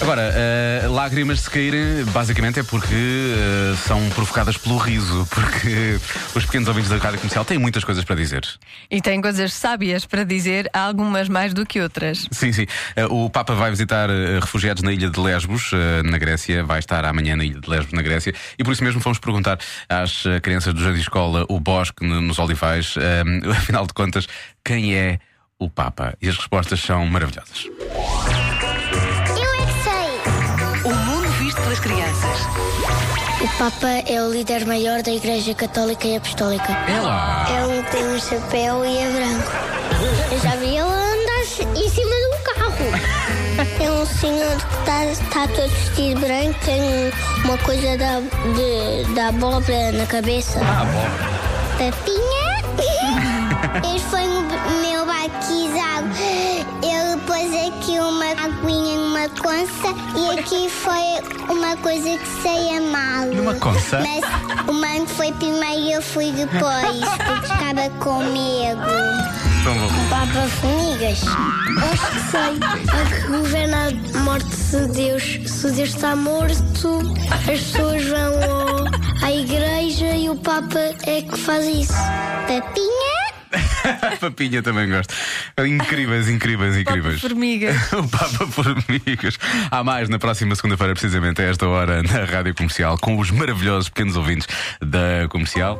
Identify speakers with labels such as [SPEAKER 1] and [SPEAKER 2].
[SPEAKER 1] Agora, eh, lágrimas se caírem, basicamente é porque eh, são provocadas pelo riso, porque os pequenos ouvintes da rádio comercial têm muitas coisas para dizer.
[SPEAKER 2] E tem coisas sábias para dizer, algumas mais do que outras.
[SPEAKER 1] Sim, sim. Eh, o Papa vai visitar eh, refugiados na ilha de Lesbos, eh, na Grécia. Vai estar amanhã na ilha de Lesbos, na Grécia. E por isso mesmo fomos perguntar às eh, crianças do jardim de escola, o Bosque, no- nos Olivais, eh, afinal de contas, quem é o Papa? E as respostas são maravilhosas.
[SPEAKER 3] Eu é que sei!
[SPEAKER 4] O mundo visto pelas crianças.
[SPEAKER 3] O Papa é o líder maior da Igreja Católica e Apostólica.
[SPEAKER 1] É lá!
[SPEAKER 3] É um que tem um chapéu e é branco. Eu já vi ele andar em cima de um carro. É um senhor que está todo vestido de branco, tem uma coisa da, de, da abóbora na cabeça.
[SPEAKER 1] Ah, bom.
[SPEAKER 3] Papinha? Este foi o meu batizado. Eu pus aqui uma aguinha numa concha e aqui foi uma coisa que saía mal.
[SPEAKER 1] Numa concha?
[SPEAKER 3] Mas o mano foi primeiro e eu fui depois, porque estava com medo.
[SPEAKER 1] Então vou.
[SPEAKER 3] Papa Formigas? Acho que sei. É que governa a morte de Deus. Se Deus está morto, as pessoas vão ao- à igreja e o Papa é que faz isso. Papinha?
[SPEAKER 1] Papinha também gosto. Incríveis, incríveis, incríveis.
[SPEAKER 2] Formigas.
[SPEAKER 1] O Papa Formigas. Há mais na próxima segunda-feira, precisamente a esta hora, na Rádio Comercial, com os maravilhosos pequenos ouvintes da Comercial.